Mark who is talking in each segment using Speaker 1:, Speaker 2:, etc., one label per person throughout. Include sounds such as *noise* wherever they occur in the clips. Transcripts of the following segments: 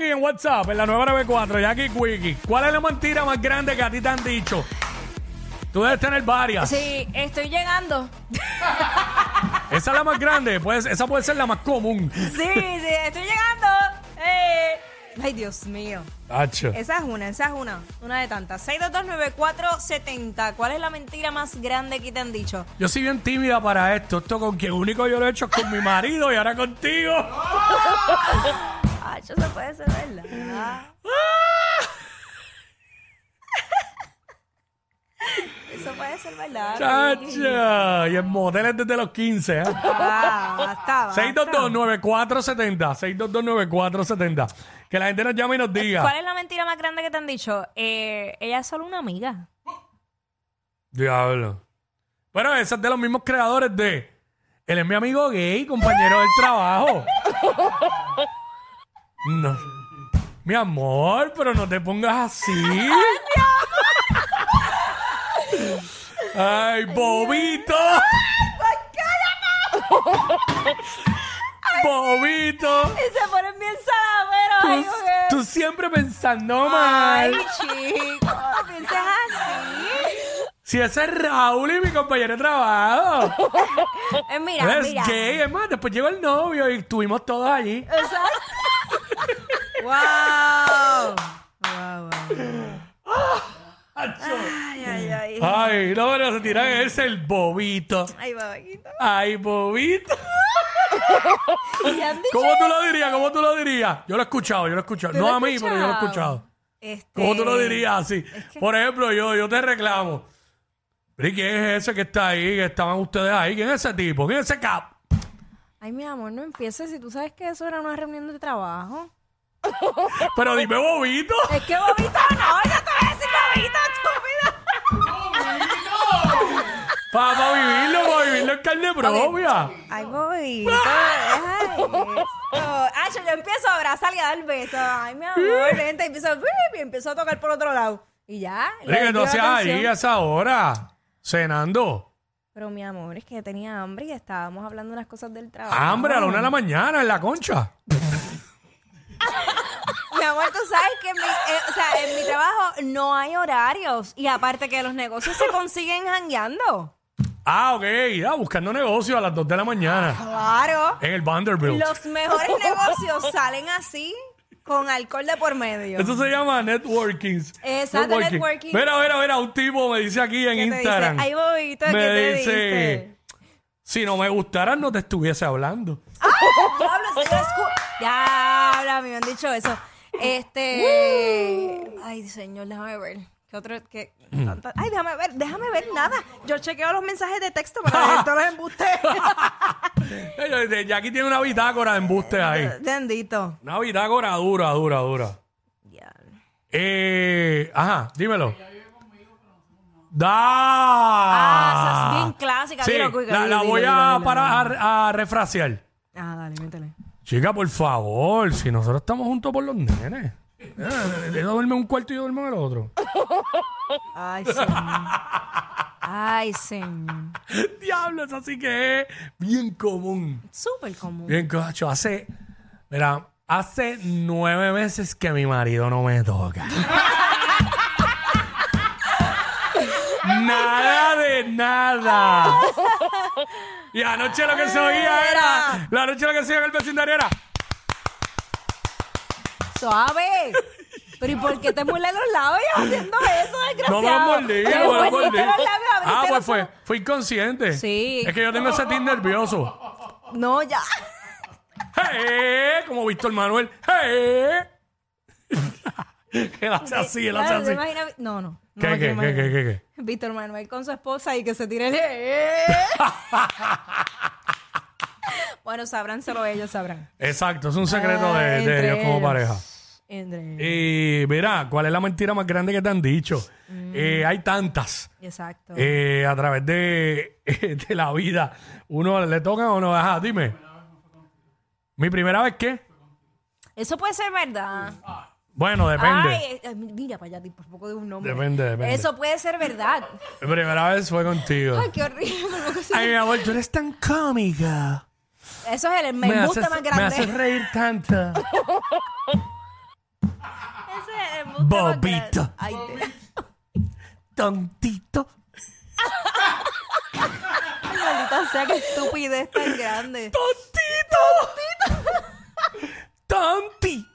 Speaker 1: Y en WhatsApp, en la 994, Jackie Quickie. ¿Cuál es la mentira más grande que a ti te han dicho? Tú debes tener varias.
Speaker 2: Sí, estoy llegando.
Speaker 1: Esa es la más grande, pues, esa puede ser la más común.
Speaker 2: Sí, sí, estoy llegando. Eh. Ay, Dios mío.
Speaker 1: Hacho.
Speaker 2: Esa es una, esa es una. Una de tantas. 6229470. ¿Cuál es la mentira más grande que te han dicho?
Speaker 1: Yo soy bien tímida para esto. Esto con quien único yo lo he hecho es con mi marido y ahora contigo.
Speaker 2: Ay, eso se Ah, puede ser verdad. Ah. Eso puede ser verdad. Ricky.
Speaker 1: Chacha. Y en moteles desde los 15, ¿eh?
Speaker 2: Ah, basta, basta.
Speaker 1: 6229470. 6229470. Que la gente nos llame y nos
Speaker 2: ¿Cuál
Speaker 1: diga.
Speaker 2: es la mentira más grande que te han dicho? Eh, ella es solo una amiga.
Speaker 1: Diablo. Pero esa es de los mismos creadores de. Él es mi amigo gay, compañero del trabajo. No. Mi amor, pero no te pongas así. Ay, bobito. Bobito.
Speaker 2: Y se ponen bien salameros.
Speaker 1: Tú,
Speaker 2: Ay, mujer.
Speaker 1: tú siempre pensando
Speaker 2: Ay,
Speaker 1: mal.
Speaker 2: chico, piensas así.
Speaker 1: Si ese es Raúl y mi compañero de trabajo. Oh,
Speaker 2: Eh,
Speaker 1: Él
Speaker 2: mira,
Speaker 1: es
Speaker 2: mira.
Speaker 1: Pues, gay, es más, después llegó el novio y estuvimos todos allí.
Speaker 2: Exacto. wow. Wow, wow. Ay, ay, ay.
Speaker 1: Ay, no, pero se tiran es el bobito.
Speaker 2: Ay, babaquito.
Speaker 1: Ay, bobito.
Speaker 2: *laughs* ¿Y han dicho?
Speaker 1: ¿Cómo tú lo dirías? ¿Cómo tú lo dirías? Yo lo he escuchado, yo lo he escuchado.
Speaker 2: lo
Speaker 1: No
Speaker 2: has
Speaker 1: a mí, pero yo lo he
Speaker 2: escuchado?
Speaker 1: escuchado.
Speaker 2: Este,
Speaker 1: ¿Cómo tú lo dirías así?
Speaker 2: que-
Speaker 1: Por ejemplo, yo, yo te reclamo. ¿Y quién es ese que está ahí? Que estaban ustedes ahí. ¿Quién es ese tipo? ¿Quién es ese cap?
Speaker 2: Ay, mi amor, no empieces si tú sabes que eso era una reunión de trabajo.
Speaker 1: Pero dime bobito. *laughs*
Speaker 2: Es que bobito no, yo te voy a decir bobito, estúpida.
Speaker 1: Para vivirlo, para vivirlo en carne propia.
Speaker 2: Ay, bobito. Ay, esto. Ay, yo, yo empiezo a abrazar y a dar besos. Ay, mi
Speaker 1: ¿Eh?
Speaker 2: amor, vente. Y empiezo, y empiezo a tocar por otro lado. Y ya.
Speaker 1: Oye,
Speaker 2: le
Speaker 1: que
Speaker 2: desvío
Speaker 1: no
Speaker 2: la
Speaker 1: seas ahí
Speaker 2: atención.
Speaker 1: a esa hora. Cenando.
Speaker 2: Pero mi amor, es que tenía hambre y estábamos hablando unas cosas del trabajo.
Speaker 1: Hambre Ah, a la una de la mañana en la concha.
Speaker 2: Mi amor, tú sabes que en mi, eh, o sea, en mi trabajo no hay horarios. Y aparte que los negocios se consiguen jangueando.
Speaker 1: Ah, ok. Ah, buscando negocio a las 2 de la mañana
Speaker 2: Claro.
Speaker 1: en el Vanderbilt.
Speaker 2: Los mejores negocios salen así, con alcohol de por medio.
Speaker 1: Eso se llama networking.
Speaker 2: Exacto, networking.
Speaker 1: Mira, mira, mira, un tipo me dice aquí en
Speaker 2: ¿Qué te dice?
Speaker 1: Instagram.
Speaker 2: Ay, bobito, ¿qué
Speaker 1: me
Speaker 2: te
Speaker 1: dice,
Speaker 2: dice?
Speaker 1: si no me gustaras no te estuviese hablando.
Speaker 2: Diablo, si yo escu- Ya, habla, me han dicho eso. Este. Ay, señor, déjame ver. ¿Qué otro? Qué... tanta- Ay, déjame ver, déjame ver nada. Yo chequeo los mensajes de texto para ver todos los embustes.
Speaker 1: Ya aquí tiene una bitácora de embuste ahí.
Speaker 2: *laughs* Bendito.
Speaker 1: Una bitácora dura, dura, dura.
Speaker 2: Diablo.
Speaker 1: Eh, ajá, dímelo. ¡Da!
Speaker 2: Ah, esa es bien clásica.
Speaker 1: Sí,
Speaker 2: Dilo, Cuica,
Speaker 1: la,
Speaker 2: dilo,
Speaker 1: la
Speaker 2: dilo,
Speaker 1: voy
Speaker 2: dilo,
Speaker 1: a
Speaker 2: dilo.
Speaker 1: parar a, a refrasear.
Speaker 2: Ah, dale, métele.
Speaker 1: Chica, por favor, si nosotros estamos juntos por los nenes. Eh, Yo duerme en un cuarto y yo duermo en el otro. *laughs*
Speaker 2: Ay, señor. Ay, señor.
Speaker 1: Diablo, eso sí que es bien común.
Speaker 2: Súper común.
Speaker 1: Bien, cacho. Hace, mira, hace nueve meses que mi marido no me toca. *laughs* nada de nada. Y anoche lo que se oía era, la noche lo que se oía en el vecindario era,
Speaker 2: Suave. Pero ¿y por qué te muelen los labios haciendo eso,
Speaker 1: no
Speaker 2: desgraciado?
Speaker 1: me lo mordí, no me lo
Speaker 2: Mordiste
Speaker 1: mordí.
Speaker 2: los labios,
Speaker 1: Ah,
Speaker 2: abriste
Speaker 1: pues
Speaker 2: los
Speaker 1: fue, fue inconsciente.
Speaker 2: Sí.
Speaker 1: Es que yo tengo ese tic nervioso.
Speaker 2: ojos. No, ya.
Speaker 1: ¡Hey! Como Víctor Manuel. ¡Hey! *laughs* él hace *laughs* así, él hace
Speaker 2: Claro, ¿te
Speaker 1: así.
Speaker 2: imaginas? No, no. no
Speaker 1: ¿Qué,
Speaker 2: me
Speaker 1: qué,
Speaker 2: quiero
Speaker 1: qué, qué,
Speaker 2: imaginar.
Speaker 1: qué, qué?
Speaker 2: Víctor Manuel con su esposa y que se tire
Speaker 1: *laughs*
Speaker 2: *laughs* bueno, sabrán solo ellos, sabrán.
Speaker 1: Exacto, es un secreto
Speaker 2: Ah,
Speaker 1: de, de
Speaker 2: entre
Speaker 1: ellos como
Speaker 2: ellos.
Speaker 1: pareja.
Speaker 2: Entre-
Speaker 1: Eh, verá, ¿cuál es la mentira más grande que te han dicho?
Speaker 2: Mm.
Speaker 1: Eh, hay tantas.
Speaker 2: Exacto.
Speaker 1: Eh, a través de, *laughs* de la vida. ¿Uno le toca o no? Ajá, dime. ¿Mi primera vez qué?
Speaker 2: Eso puede ser verdad.
Speaker 1: Bueno, depende.
Speaker 2: Ay, eh, eh, mira, para allá, por poco de un nombre.
Speaker 1: Depende, depende.
Speaker 2: Eso puede ser verdad.
Speaker 1: Mi primera vez fue contigo.
Speaker 2: Ay, qué *laughs* horrible. loco.
Speaker 1: Ay, mi amor, tú eres tan cómica.
Speaker 2: Eso es el me, gusta
Speaker 1: haces-
Speaker 2: más
Speaker 1: me
Speaker 2: grande.
Speaker 1: haces reír
Speaker 2: *laughs*
Speaker 1: tanto.
Speaker 2: Ese es el embuste más
Speaker 1: Bobito.
Speaker 2: grande. Ay, te-
Speaker 1: Tontito.
Speaker 2: maldita sea, qué estupidez tan grande.
Speaker 1: Tontito. Tonti.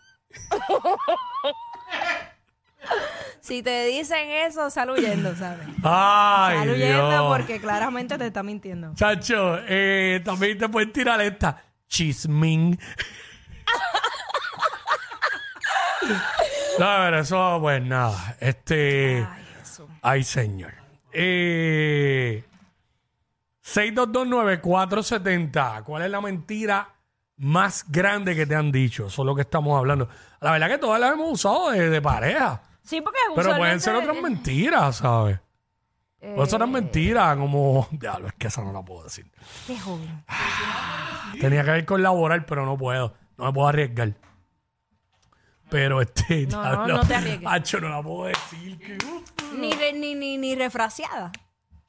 Speaker 2: Si te dicen eso, sal huyendo, ¿sabes?
Speaker 1: Ay,
Speaker 2: Sal huyendo
Speaker 1: Dios.
Speaker 2: porque claramente te está mintiendo.
Speaker 1: Chacho, eh, también te pueden tirar esta.
Speaker 2: *laughs*
Speaker 1: Chismín. no, pero eso, pues nada. Este.
Speaker 2: Ay, eso.
Speaker 1: Ay, señor. Eh, 6229470. ¿Cuál es la mentira más grande que te han dicho? Eso es lo que estamos hablando. La verdad que todas las hemos usado de, de pareja.
Speaker 2: Sí, porque
Speaker 1: Pero pueden
Speaker 2: usualmente-
Speaker 1: ser otras mentiras, ¿sabes?
Speaker 2: Eh,
Speaker 1: Pueden ser otras mentiras, como. *laughs* Diablo, es que esa no la puedo decir.
Speaker 2: Qué joven.
Speaker 1: Tenía que ver con laboral, pero no puedo. No me puedo arriesgar. Pero este.
Speaker 2: No,
Speaker 1: diablo,
Speaker 2: no, no
Speaker 1: *laughs*
Speaker 2: te arriesgues.
Speaker 1: Acho, no la puedo decir. que-
Speaker 2: Ni, re- ni, ni, ni refraseada.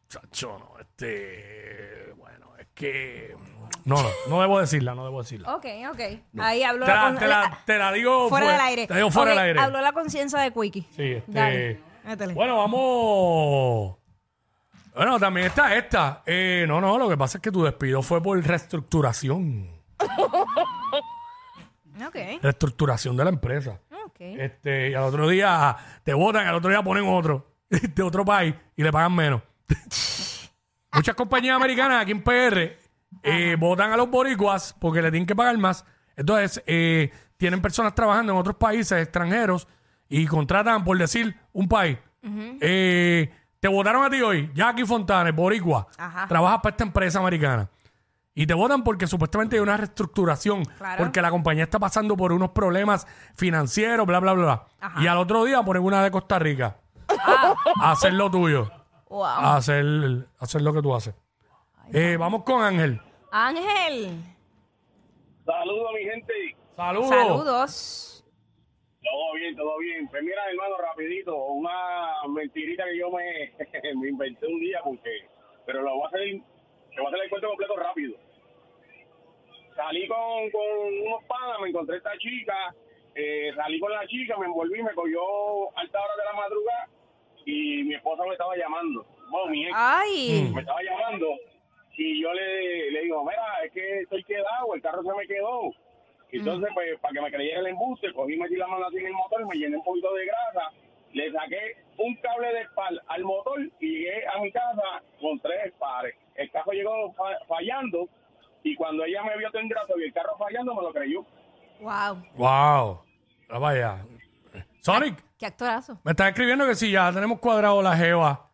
Speaker 1: Chacho, no, este. Bueno, es que. No, no, no debo decirla, no debo decirla.
Speaker 2: Ok, ok. Ahí habló
Speaker 1: Te
Speaker 2: la
Speaker 1: la,
Speaker 2: con-
Speaker 1: te la- te la digo
Speaker 2: fuera del aire.
Speaker 1: Te digo fuera
Speaker 2: Ok,
Speaker 1: del aire.
Speaker 2: Habló la conciencia de Quickie.
Speaker 1: Sí, este.
Speaker 2: Dale, métele.
Speaker 1: Bueno, vamos. Bueno, también está esta. Eh, no, no, lo que pasa es que tu despido fue por reestructuración.
Speaker 2: Ok,
Speaker 1: Reestructuración de la empresa.
Speaker 2: ok.
Speaker 1: Este, y al otro día te votan, al otro día ponen otro *laughs* de otro país y le pagan menos. *laughs* Muchas compañías americanas aquí en PR eh, votan a los boricuas porque le tienen que pagar más. Entonces, eh, tienen personas trabajando en otros países extranjeros y contratan, por decir, un país. Eh, te votaron a ti hoy, Jackie Fontanes, boricua.
Speaker 2: Ajá.
Speaker 1: Trabajas para esta empresa americana. Y te votan porque supuestamente hay una reestructuración.
Speaker 2: Claro.
Speaker 1: Porque la compañía está pasando por unos problemas financieros, bla, bla, bla. bla.
Speaker 2: Ajá. Ah.
Speaker 1: Y al otro día ponen una de Costa Rica. A hacer lo tuyo.
Speaker 2: Wow.
Speaker 1: A hacer, a hacer lo que tú haces. Eh, vamos con Ángel.
Speaker 2: Ángel,
Speaker 3: Saludos, mi gente.
Speaker 1: Saludos.
Speaker 2: saludos.
Speaker 3: Todo bien, todo bien. Pues mira, hermano, rapidito, una mentirita que yo me, *laughs* me inventé un día porque... Pero lo voy a hacer, te voy a hacer el cuento completo rápido. Salí con, con unos panas, me encontré esta chica, eh, salí con la chica, me envolví, me cogió alta hora de la madrugada y mi esposa me estaba llamando. Bueno,
Speaker 1: Eh.
Speaker 3: mi ex
Speaker 2: Ay,
Speaker 3: me estaba llamando y yo le, le digo, mira, es que estoy quedado, el carro se me quedó. Entonces, pues, para que me creyera el embuste, cogí, metí la mano así en el motor, me llené un poquito de grasa, le saqué un cable de espal al motor y llegué a mi casa con tres pares. El carro llegó fa- fallando y cuando ella me vio todo engrasado y el carro fallando, me lo creyó.
Speaker 1: Mm.
Speaker 2: wow.
Speaker 1: Wow. Ah, Vaya. Sonic,
Speaker 2: Qué actorazo.
Speaker 1: me estás escribiendo que si ya tenemos cuadrado la jeva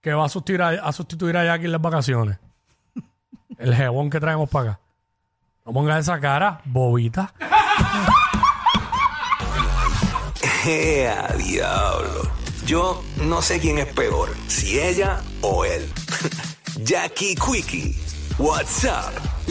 Speaker 1: que va a sustituir a, a sustituir a Jackie en las vacaciones. El jebón que traemos para acá. No pongas esa cara, bobita.
Speaker 4: *laughs* ¡Ea, diablo! Yo no sé quién es peor, *laughs* si ella o él. Jackie Quickie, WhatsApp,